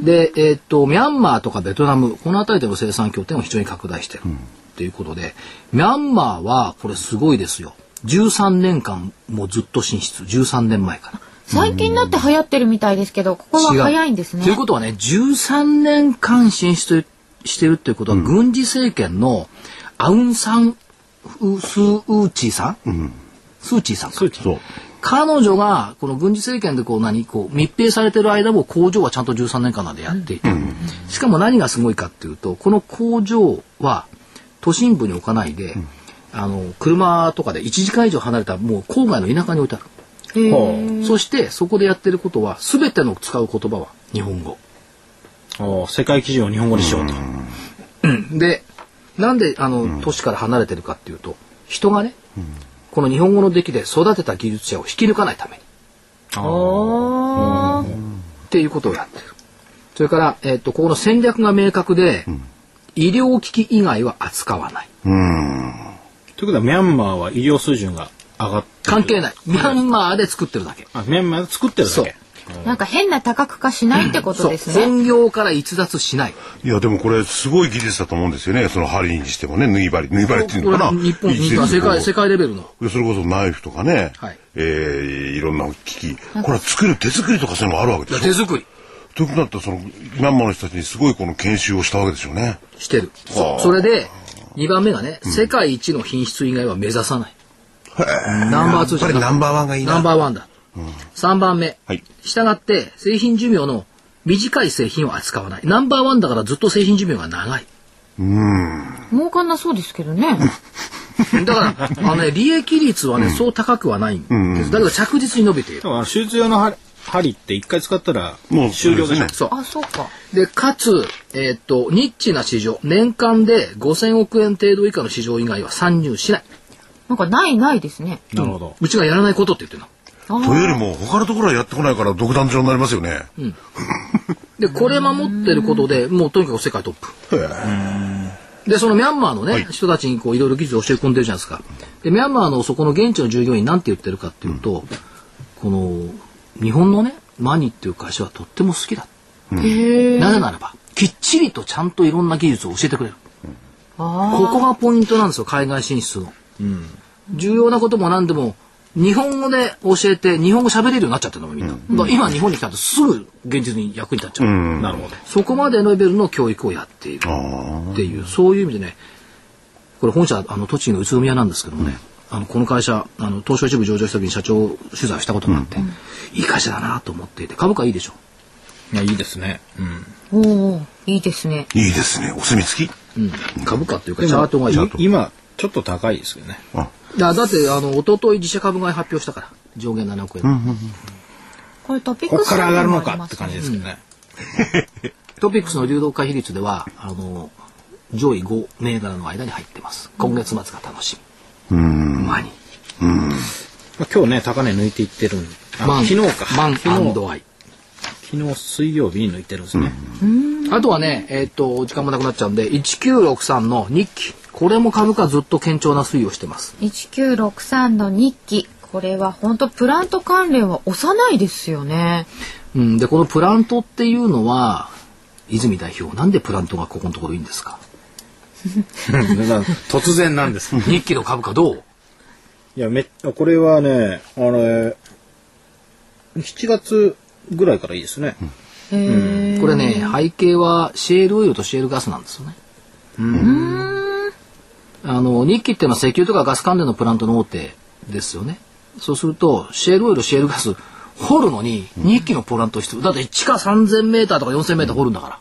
で、えーっと、ミャンマーとかベトナム、この辺りでの生産拠点を非常に拡大してる。ということで、ミャンマーは、これすごいですよ。13年間もうずっと進出。13年前から。
最近になって流行ってるみたいですけど、ここは
違う
早いんですね
という。ことはね、13年間進出してるっていうことは、軍事政権のアウン・サン・ウスー・チーさん、スー・チーさんか。
そう。
彼女が、この軍事政権でこう何、こう密閉されてる間も工場はちゃんと13年間なんでやっていた。しかも何がすごいかっていうと、この工場は都心部に置かないで、あの、車とかで1時間以上離れたもう郊外の田舎に置いてある。
へー
そしてそこでやってることは全ての使う言葉は日本語。
お世界基準を日本語にしようと。
でなんであの、都市から離れてるかっていうと人がね、この日本語の出来で育てた技術者を引き抜かないために
おー
っていうことをやってるそれから、えっとここの戦略が明確で、医療機器以外は扱わない
うん。
ということは、ミャンマーは医療水準が上がってる
関係ないミャンマーで作ってるだけ
あ、ミャンマーで作ってるだけ。
なんか変な多角化しないってこと
そう
ですね。
本業から逸脱しない
いや、でもこれ、すごい技術だと思うんですよね。その針にしてもね、縫い針。縫い針っていうのかな。
日本
一
日
節
本世
こう
界世界レベルの
でそれこそナイフとかね、
はい
えーいろんな機器。これは作る手作りとかそういうのがあるわけでし
手
ょ。
作り
ということだったら、その、今までの人たちにすごいこの研修をしたわけですよね。
してる
あ
そそれで2番目がね、世界一の品質以外は目指さないナンバーツーじゃなくて
バーワンがい
ナンバーワンだ。3番目。
はい
従って、製品寿命の短い製品を扱わない。ナンバーワンだからずっと製品寿命が長い。
儲かんなそうですけどね。
だから、あのね、利益率はね、そう高くはないんです。だけど着実に伸びてい
で
る。
も、手術用の針針って一回使ったら、
もう
終了でしょ。
そう。
あ、そうか。
で、かつ、えーっと、ニッチな市場、年間で5000億円程度以下の市場以外は参入しない。
なんかないないですね。
なるほど。
うちがやらないことって言ってるの。
あー
というよりも他のところはやってこないから独壇場になりますよね。
で、これ守ってることで、もうとにかく世界トップ。で、そのミャンマーのね、人たちにこういろいろ技術を教え込んでるじゃないですか。で、ミャンマーのそこの現地の従業員なんて言ってるかっていうと、この、日本のね、マニっていう会社はとっても好きだ。なぜならば、きっちりとちゃんといろんな技術を教えてくれる。ここがポイントなんですよ、海外進出の。重要なことも何でも、日本語で教えて、日本語喋れるようになっちゃってるのもみんな。だから今日本に来たとすぐ現実に役に立っちゃう。
なるほど。
そこまでのレベルの教育をやっているっていう、そういう意味でね、これ本社、あの、栃木の宇都宮なんですけどもね、あの、この会社、あの、東証一部上場した時に社長取材をしたことがあって、いい会社だなと思っていて、株価いいでしょ。
いや、いいですね。うん。
おーいいですね。
いいですね。お墨付き。
株価っていうか、チャートがいい。
い今、ちょっと高いですよね。
あ、
だだって、あの、一昨日自社株買い発表したから、上限7億円。
これトピッ
こ
ク
こ
ス
から上がるのかって感じですけどね。
トピックスの流動化比率では、あの、上位5銘柄の間に入ってます。今月末が楽しみ。うん。マニ。
まあ、今日ね、高値抜いていってるんあ
マン。
昨日か。
マン
昨日、
アイ。
昨日水曜日に抜いてるんですね。
あとはね、えーっと、時間もなくなっちゃうんで、1963の日記。これも株価ずっと堅調な推移をしてます。
1963の日記これは本当プラント関連は幼いですよね
うん。で、このプラントっていうのは、泉代表、なんでプラントがここのところいいんですか
だから突然なんです。い
日記の株価どう
や、め、これはね、あれ、7月ぐらいからいいですね。
へえ
これね、背景はシェールオイルとシェールガスなんですよね。あの、日記っていうのは石油とかガス関連のプラントの大手ですよね。そうすると、シェールオイル、シェールガス、掘るのに、日記のプラント必要。だって地下3000メーターとか4000メーター掘るんだから。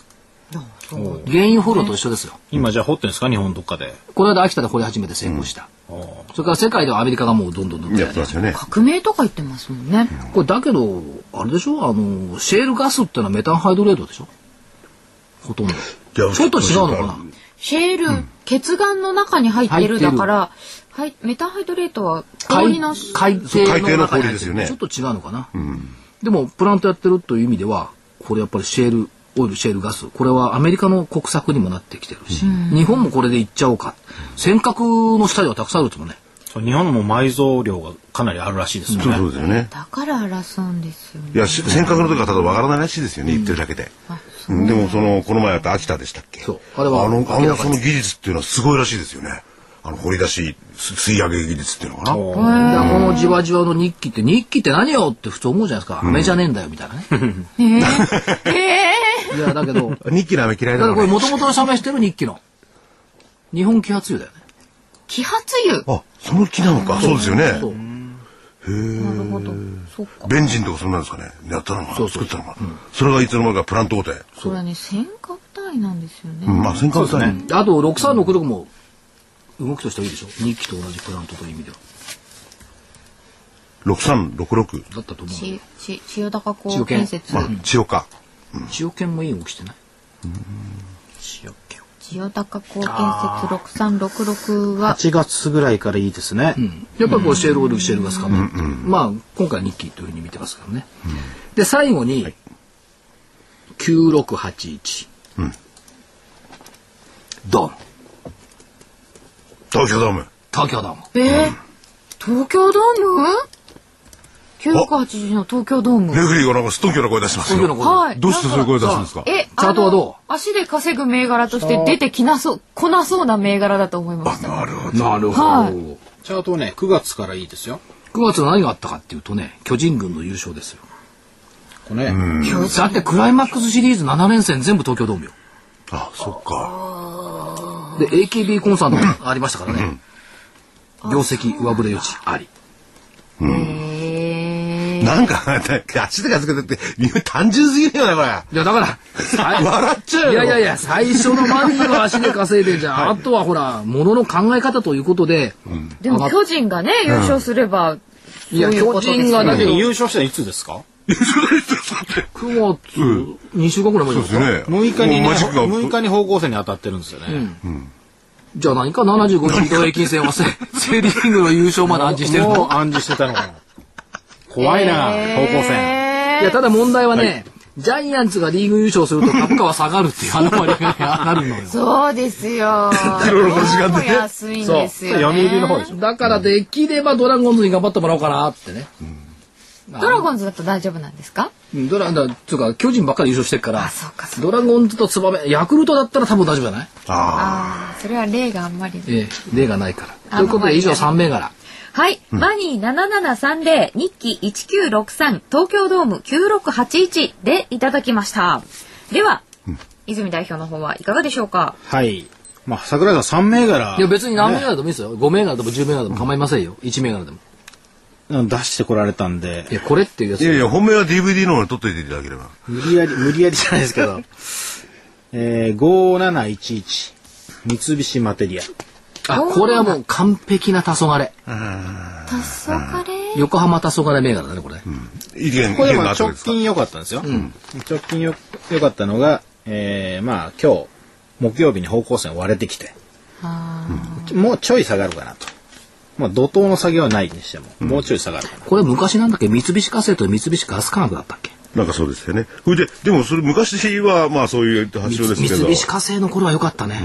原因掘るのと一緒ですよ。
今じゃあ掘ってるんですか日本どっかで。
この間秋田で掘り始めて成功した。それから世界ではアメリカがもうどんどんどんどん
やってますよね。
革命とか言ってますもんね
これだけど、あれでしょあの、シェールガスってのはメタンハイドレートでしょほとんど。ち
や
ょっと違うのかな
シェール、血岩の中に入ってるだからはいメタンハイドレートは氷
海
の
海底の
海底の
中に入
氷
っ
で
て
す
る
よね
ちょっと違うのかな、でもプラントやってるという意味ではこれやっぱりシェールオイルシェールガスこれはアメリカの国策にもなってきてるし、日本もこれでいっちゃおうか尖閣の下ではたくさんあるともんね
そう日本も埋蔵量がかなりあるらしいですよ
そうそう
ね。
ですよね。
だから争うんですよ
い
ね
や、し尖閣の時はただわからないらしいですよね。言ってるだけで。うんでもそのこの前やった秋田でしたっけ。
そうあれは
あのあ
明
の
らか
そ
に
の技術っていうのはすごいらしいですよね。あの掘り出しす吸い上げ技術っていうのかな。
おー
だからこのじわじわの日記って日記って何よって普通思うじゃないですか、飴じゃねえんだよみたいな ね いやだけどだ
日記の雨嫌いだ
からこれ
ね
もともとの社名してる日記の日本揮発油だよね
揮発油
あ、その木なのか。そうですよね。
そう
なるほどそっか
ベンジンとかそんなんですかね。やったのかな。
そうそう
作ったのかな。それがいつの間にかプラント大手。
これはね尖閣体なんですよね、
うんまあ尖閣だね。
あと6366も動きとしてはいいでしょ日記と同じプラントという意味では
六三六六。
だったと思う
ちち千代高
千
港
代犬
建設、
まあ千代か。
千代犬もいい動きしてない千代犬
千代高港建設6366は
8月ぐらいからいいですね。
やっぱりこうシェールオイルシェールガスかなっていうまあ今回は日記というふうに見てますけどねで最後に9681ドン
東京ドーム。
東京ドーム
えー東京ドーム ?980 の東京ドーム。
レフェリーがなんかすっとんきょうな声出してます
東京
よ。
のこと
は
で
い。
どうしてそういう声出すんですか。
え、
チャートはど
う足で稼ぐ銘柄として出てきなそう、来なそうな銘柄だと思いました。
なるほど。
なる
はい
ど
チャートはね、9月からいいですよ。
9月の何があったかっていうとね巨人軍の優勝ですよ
これ、
だってクライマックスシリーズ7連戦全部東京ドームよ
あ、そっか。
で AKB コンサートもありましたからね業績上振れ余地あり
へー
なんか、足で稼ぐって、単純すぎるよね、これ。
いやだから
笑っちゃうよ
いやいやいや最初のマニーは足で稼いでんじゃん、あとはほらものの考え方ということで、
でも巨人がね、優勝すれば、
いや
そういうこ
巨
とです
人がだけど
優勝したのいつですか
9月2週間ぐらい前
そ
で
うですすね。
6日に、ね、
もうマジックが。
6日に方向性に当たってるんですよね、
じゃあ何か75日移動平均線はセセリーグの優勝まで暗示してる
も
の
う暗示してたのかな怖いな、方向線。
いや、ただ問題はね、ジャイアンツがリーグ優勝すると株価は下がるっていう穴割りがね上がるのよ。
そうですよ。
ロの時間でね
どうも安いんですよ、ね。
そう読売の方でしょ
だからできればドラゴンズに頑張ってもらおうかなってね。
ドラゴンズだと大丈夫なんですか？
うんドラ、だつうか、巨人ばっかり優勝してるから
あ、そうかそう
ドラゴンズとツバメ、ヤクルトだったら多分大丈夫じゃない
あ
ああ、それは例があんまり。
ええ、例がないから。
あ
ということ
まあ
で、以上3銘柄。
はい、マニー7730日記1963東京ドーム9681でいただきました。では、泉代表の方はいかがでしょうか？
はい。まあ、桜井さん3銘柄。
いや、別に何銘柄でもいいですよ。5銘柄でも10銘柄でも構いませんよ。1銘柄でも。
うん出してこられたんで
い、や、これっていうや
あ。いやい
つ。
や、本命は DVD の方に撮っといていただければ。
無理やり、無理やりじゃないです けど、えー、5711、三菱マテリア。
あ、これはもう完璧な黄昏。
黄昏。
横浜黄昏銘柄だね、これ。
意見、意
これで
見
も
があったわ
直
けですか
近良かったんですよ。直近よ良かったのが、えー、まあ今日、木曜日に方向線割れてきて、もうちょい下がるかなと。まあ怒涛の作業はないにしても、もうちょい下がるかな。
これ昔なんだっけ三菱火星と三菱ガス化学だったっけ
なんかそうですよね。それで、でもそれ昔は、まあそういう発祥ですけ
三
ど。
菱火星の頃は良かったね。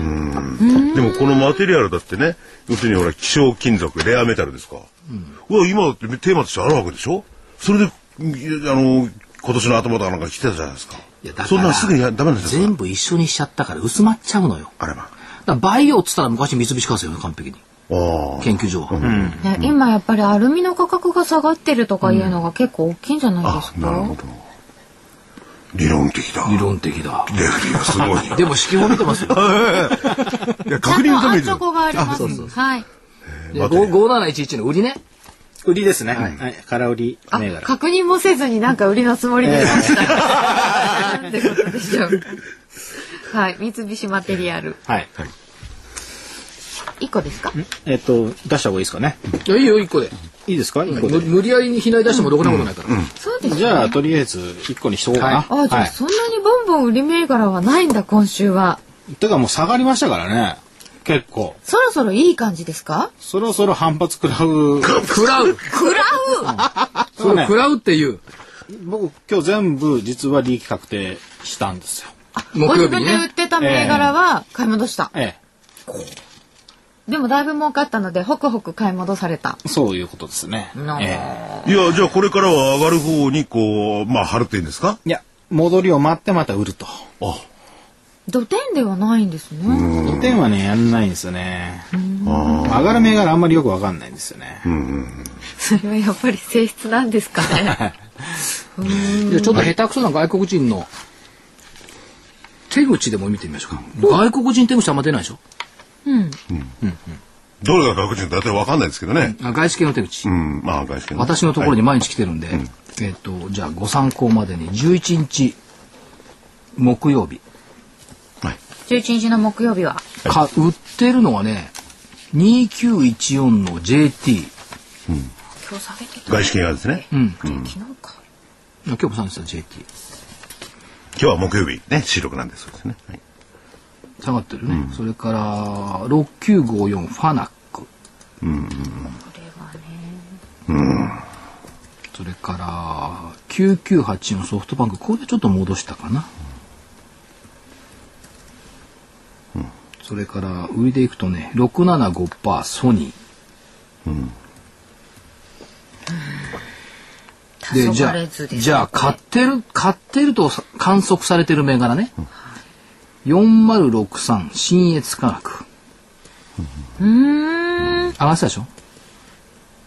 でもこのマテリアルだってね要するにほら希少金属レアメタルですか、うわ今だってテーマとしてあるわけでしょそれでうんあの今年の頭とかなんか来てたじゃないですか
いやだから
そんなんすぐにやダメなんですよ
全部一緒にしちゃったから薄まっちゃうのよ。
あればあ
だからバイオっつったら昔三菱火星よね、完璧に。
あ
研究所は。
ね、今やっぱりアルミの価格が下がってるとかいうのが結構大きいんじゃないで
あ
すか。
なるほど理論的だ
理論的だ。
レフリーがすごい
でも指揮法見てますよ。
いや
ちゃ
確
んと
認のた
ア
め
ン
に
チョコがあります。
そうそう
はい。
で5 5711の売りね。
売りですね。はい。空売り
あ
銘、柄。
確認もせずになんか売りのつもりでいました。なんてことでしょうか。はい、三菱マテリアル。
はい。
一個ですか。
えっと、出した方がいいですかね。
いや、いいよ、1個で。
いいですか一個
無
で。
無理やりにひない出してもろくなことないから。
そうです。
じゃあ、とりあえず、一個にしとこうかな。
あ、じゃあ、
はい。
そんなにボンボン売り銘柄はないんだ、今週は。
てかもう下がりましたからね。結構。
そろそろいい感じですか。
そろそろ反発食ら う。
食らう
食らう。
そうね
食。らうっていう。
僕、今日全部、実は利益確定したんですよ。
木
ご
曜日
自分
に
で売っ
ね。
てた銘柄は買い戻した。
え
でもだいぶ儲かったので、ホクホク買い戻された。
え。そういうことですね。
なあ
ええ。
いやじゃあこれからは上がる方にこうまあ張るっていうんですか
いや、戻りを待ってまた売ると。
あ
土点ではないんですね。
2点はね、やんないんですよね。上がる銘柄あんまりよくわかんないんですよね。
それはやっぱり性質なんですか ね。
じゃあちょっと下手くそな外国人の手口でも見てみましょうか。外国人手口あんま出ないでしょ
どれが学人だってわかんないですけどね
あ外資系の手口
う。んまあ外資系ね
私のところに毎日来てるんで、えっ、と、じゃあご参考までに11日木曜日。
11日の木曜日は。
か売ってるのはね、2914の JT。
今日下げてた。
外資系がですね
うん。
昨日か。
今日もさんでした JT。
今日は木曜日ね収録なんですそうですね、はい
下がってるね。それから、6954ファナック。それから、9984のソフトバンク。これでちょっと戻したかな。それから、上でいくとね、675%ソニー。
黄
でじゃ
昏図
あ
ですね
じゃあ買っ。てる買ってるとさ観測されてる銘柄ね、4063新越化学
うーん。
上がってたでしょ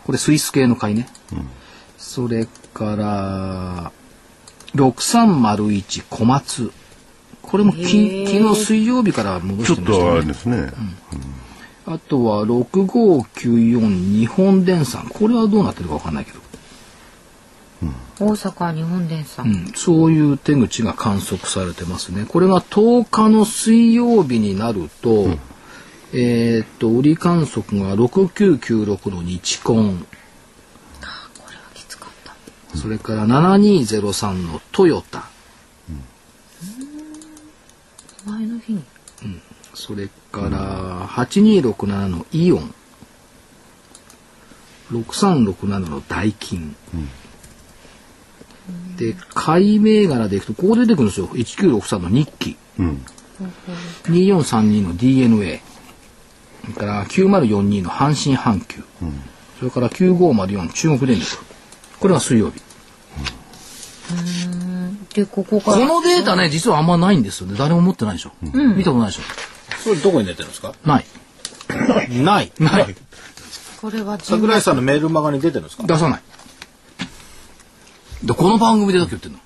これスイス系の買いね、それから6301小松これもき昨日水曜日から戻
ちょ
し
って
ました
とあれ
ね
ですね、
あとは6594日本電産これはどうなってるかわかんないけど、
大阪日本電産。
うん、そういう手口が観測されてますね。これが10日の水曜日になると、えーっと、売り観測が6996の日コン、
これはきつかった。
それから7203のトヨタ、
前の日に。
それから、8267のイオン。6367のダイキン。で、買い銘柄でいくと、ここ出てくるんですよ。1963の日記。
うん。
2432の DNA。それから、9042の阪神阪急。それから、9504中国電力。これが水曜日。
で、ここから。
このデータね、実はあんまないんですよね。誰も持ってないでしょ。見たことないでしょ。
それどこに出てるんですか
ない。
ない。
ない。
これは全部
桜井さんのメールマガに出てるんですか
出さない。で、この番組でだけ言ってんの。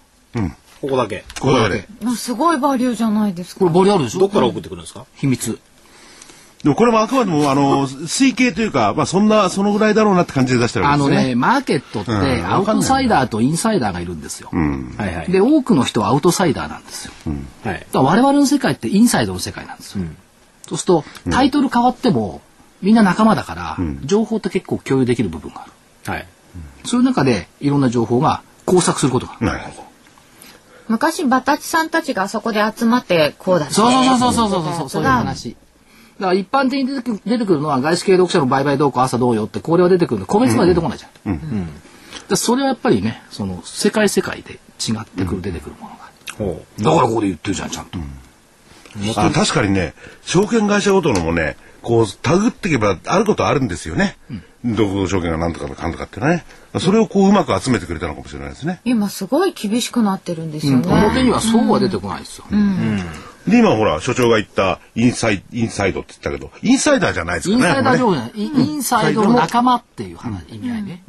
ここだけ。
ここだけで。
あすごいバリューじゃないですか。
これボリュームあるでしょ
どっから送ってくるんですか
秘密。
でもこれもあくまでも、あの、推計というか、まあそんな、そのぐらいだろうなって感じで出してるわ
あ
けで
の
すね。
ね、マーケットって
うん
アウトサイダーとインサイダーがいるんですよ。
はいはい。
で、多くの人はアウトサイダーなんですよ。
はい。
だから我々の世界ってインサイドの世界なんですよ。そうすると、タイトル変わっても、みんな仲間だから、情報って結構共有できる部分がある。
はい。
そういう中で、いろんな情報が交錯することがある。
なるほ
昔、バタチさんたちがあそこで集まって、こうだね
そうそうそうそうそうそうそうそういう話。だから一般的に出てく出てくるのは外資系読者の売買動向朝どうよってこれは出てくるの個別まで出てこないじゃん。うんだからそれはやっぱりねその世界世界で違ってくる、出てくるものがある
ほう。
だからここで言ってるじゃんちゃんと。
ど。あ確かにね、証券会社ごとのもね、こう、たぐっていけばあることあるんですよね。どこの証券がなんとかかんとかってね。それをこう、うまく集めてくれたのかもしれないですね。
今すごい厳しくなってるんですよね。
表にはそうは出てこないですよ。
で、今ほら、所長が言った、インサイ、インサイドって言ったけど、インサイダーじゃないです
イ
かね。
ンサイダー情
こ
報じゃない、イインサイドの仲間っていう話、意味合いね。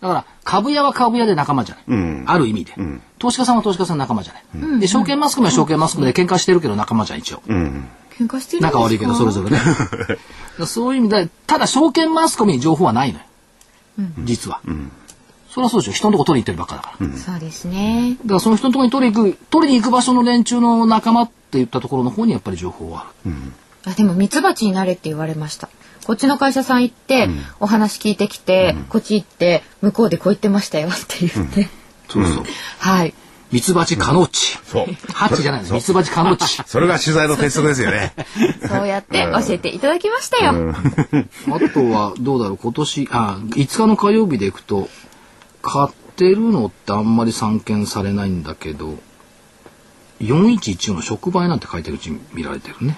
だから株屋は株屋で仲間じゃない、
ん
ある意味で、投資家さんは投資家さんの仲間じゃない、で証券マスコミは証券マスコミで喧嘩してるけど仲間じゃん一応、
れねうん。
喧嘩してるんですか
仲悪いけどそれぞれねだから そういう意味でただ証券マスコミに情報はないのよ、実は、それはそうでしょ人のとこ取りに行ってるばっかだから、だ
そうですね。
からその人のとこに取りに行く取りに行く場所の連中の仲間って言ったところの方にやっぱり情報はある、
あでもミツバチになれって言われました。こっちの会社さん行って、お話聞いてきて、こっち行って向こうでこう言ってましたよって言って、
そうそう
はい。
ミツバチカノチ
そう。
ハッチじゃないですミツバチカノチ
それが取材の鉄則ですよ ね。
そうやって教えていただきましたよ。
あとはどうだろう今年あ5日の火曜日でいくと買ってるのってあんまり散見されないんだけど4114の触媒なんて書いてるうちに見られてるね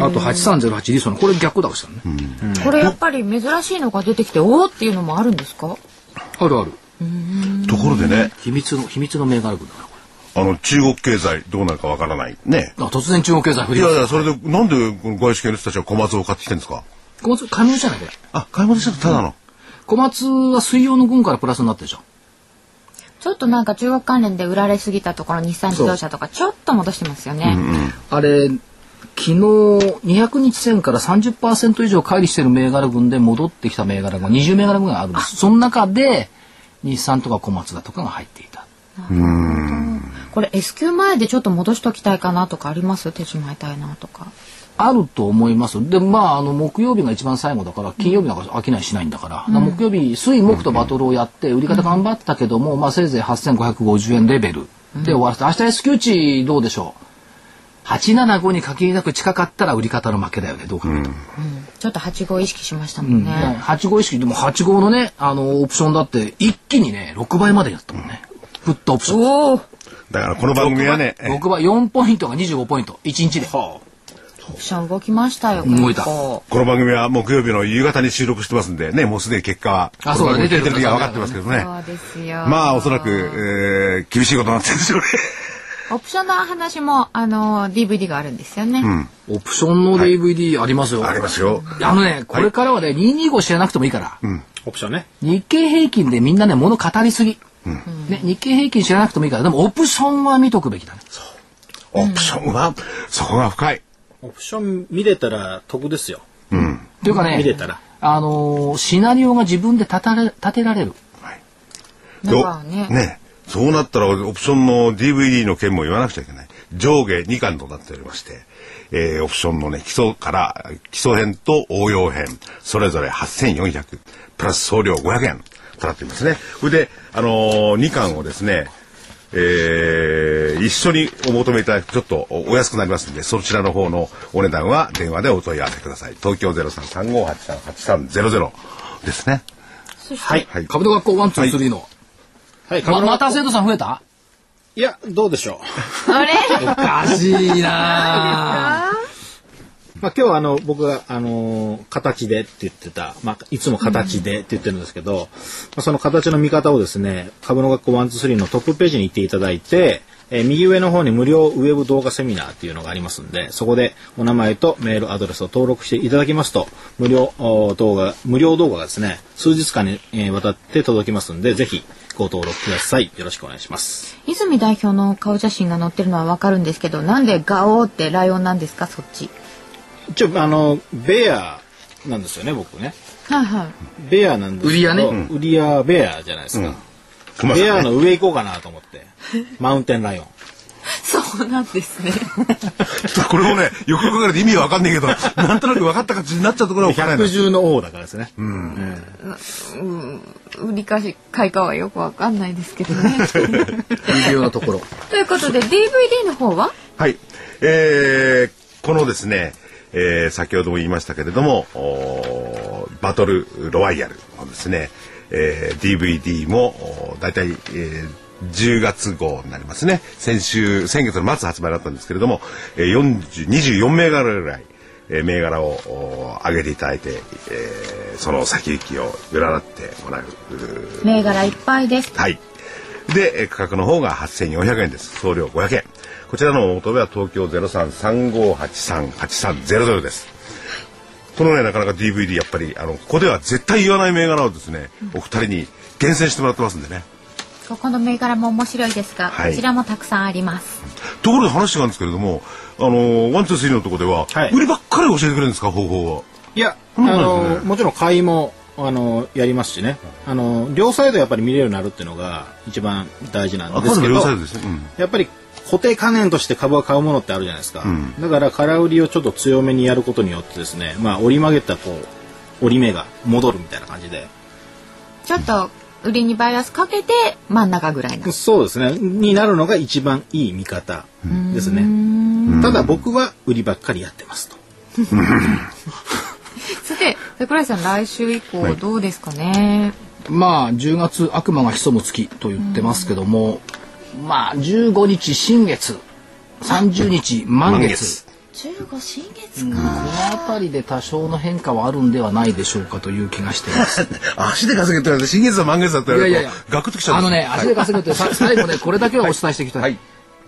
あと8308リソンこれ逆だとしたのね、
これやっぱり珍しいのが出てきて、おおっていうのもあるんですか
あるある
ところでね、
秘密の秘密の銘柄群だからこ
あの、中国経済どうなるかわからない。ね。
れあ突然中国経済振
い
り
やい
出す
や、それで、なんでこの外資系の人たちは小松を買ってきてるんですか
小松買い物じゃないこれ
あ、買い物したのただの。
小松は水曜の分からプラスになってるじゃん
ちょっとなんか中国関連で売られすぎたところ、日産自動車とかちょっと戻してますよね。
あれ昨日200日線から30%以上乖離してる銘柄群で戻ってきた銘柄群20銘柄群があるんですその中で日産とか小松だとかが入っていた
これ S q 前でちょっと戻しときたいかなとかあります手順まいたいなとか。
あると思いますでまああの木曜日が一番最後だから金曜日なんか商いしないんだから,、木曜日水木とバトルをやって売り方頑張ったけども、まあ、せいぜい8550円レベルで終わらせて明日 S q 値どうでしょう875に限りなく近かったら売り方の負けだよねどう考えても。
ちょっと8号意識しましたもんね。
8号意識でも8号のねあのオプションだって一気にね6倍までやったもんねフットオプション
おおオ
だからこの番組はね、え
6倍4ポイントが25ポイント1日で
プション動きましたよ。
動いた
結構
この番組は木曜日の夕方に収録してますんで、ね、もうすでに結果は、
あそうだ
出てる
出てる
時は分かってますけどね。
そうですよ。
まあ、おそらく、えー厳しいことになってるで しょうね。
オプションの話も、あの、DVD があるんですよね。
オプションの DVD ありますよ、
ありますよ。
あのねこれからはね225知らなくてもいいから、
オプションね。
日経平均でみんなね物語りすぎ、ね、日経平均知らなくてもいいからでもオプションは見とくべきだね
オプションは、そこが深い。
オプション見れたら得ですよ。
というかね
見れたら。
あのーシナリオが自分で立たれ立てられる
だからね
どそうなったら、オプションの DVD の件も言わなくちゃいけない。上下2巻となっておりまして、えーオプションのね、基礎から、基礎編と応用編、それぞれ8400、プラス送料500円となっていますね。それで、あのー、2巻をですね、えー一緒にお求めいただくとちょっとお安くなりますんで、そちらの方のお値段は電話でお問い合わせください。東京0335838300ですね。
はい。株と学校ワンツースリーの。
はい、
ま
株の
また生徒さん増えた
いや、どうでしょう。
あ れ
おかしいなぁ
まあ、今日はあの僕が、あのー形でって言ってた、まあ、いつも形でって言ってるんですけど、まあ、その形の見方をですね株の学校123のトップページに行っていただいて、えー右上の方に無料ウェブ動画セミナーっていうのがありますんでそこでお名前とメールアドレスを登録していただきますと無料お動画無料動画がですね数日間に、えーわたって届きますんでぜひご登録くださいよろしくお願いします
泉代表の顔写真が載ってるのはわかるんですけどなんでガオーってライオンなんですかそっち
一応あのベアなんですよね僕ね
はいはい
ベアなんです
売り
けど
屋ねう
売り屋ベアじゃないですか、
熊さん
ベ
ね
アの上行こうかなと思 って。マウンテンライオン。
そうなんですね
これもね、よくよく考えて意味わかんないけど、なんとなく分かった形になっちゃうところは分からない
百
んだ。
獣の王だからですね。
売り返し買いかはよくわかんないですけどね
微妙なところ。
ということで DVD の方は
はい。えー、このですね、えー、先ほども言いましたけれども、おーバトルロワイヤルのですね、えー、DVD もおー大体、えー10月号になりますね。先週、先月の末発売だったんですけれども、えー、40 24銘柄ぐらい、えー銘柄をおー上げていただいて、えーその先行きを占ってもらううー
銘柄いっぱいです
はい。で、えー価格の方が8400円です。送料500円。こちらのお求めは東京0335838300です。このね、なかなか DVD やっぱり、あの、ここでは絶対言わない銘柄をですね、お二人に厳選してもらってますんでね。
ここの銘柄も面白いですが、
はい
こちらもたくさんあります
ところで話があるんですけれども、あの、ワン、ツー、スリーのとこでは、
はい
売りばっかり教えてくれるんですか、方法は。
いや、あ
んなのね
の、もちろん買いも、あの、やりますしね。あの、両サイドやっぱり見れるようになるっていうのが一番大事なん
あ、
で
今
す
度
け
両
ど、
サイドですね。うん。
やっぱり固定観念として株は買うものってあるじゃないですか。だから空売りをちょっと強めにやることによってですね、まあ折り曲げたこう、折り目が戻るみたいな感じで、
ちょっと売りにバイアスかけて真ん中ぐら いな
そうですね。になるのが一番いい見方ですね。ただ僕は売りばっかりやってますと。
さて桜井さん来週以降どうですかね、
まあ、10月悪魔が潜む月と言ってますけども、まあ、15日新月、30日満
満
月
月。
15新月
この辺りで多少の変化はあるんではないでしょうかという気がしています。
足で稼げって言われて、新月は満月だって言われ
いやい
る
やいや
と、ガクッときちゃう
あ
んで
の
すよ
ね、足で稼ぐってさ、 最後ね、これだけはお伝えしていきたい。
はい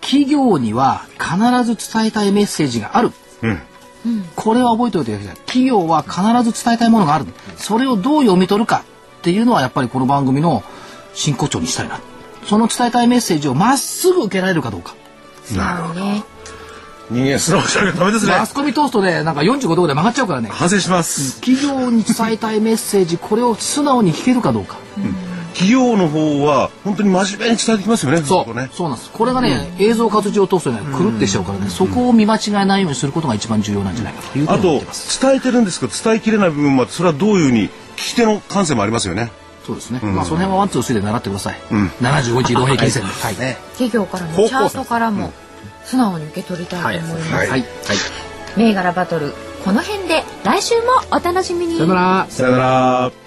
企業には必ず伝えたいメッセージがある。これは覚えておいてください。企業は必ず伝えたいものがある。それをどう読み取るかっていうのは、やっぱりこの番組の真骨頂にしたいな。その伝えたいメッセージをまっすぐ受けられるかどうか。
なるほど。
ね
人間、素直じゃなきゃダメですね。
マスコミ通すとね、なんか45度ぐらい曲がっちゃうからね。
反省します。
企業に伝えたいメッセージ、これを素直に聞けるかどうか。
企業の方は本当に真面目に伝えてきますよね。
そ
こ
う、
ね。
そうなんです。これがね、映像活字を通すとね、狂ってしちゃうからね、そこを見間違えないようにすることが一番重要なんじゃないかというふう
あ
に思っ
と
てます。
伝えてるんですけど伝えきれない部分はそれはどういうふうに聞き手の感性もありますよね。
そうですね。まあ、その辺はワンツースリーで習ってください。75日移動平均線で。はい。はい。
企業からも
高校生
チャートからも素直に受け取りたいと思います、
はい。はい。
銘柄バトルこの辺で来週もお楽しみに
さよなら。
さよなら。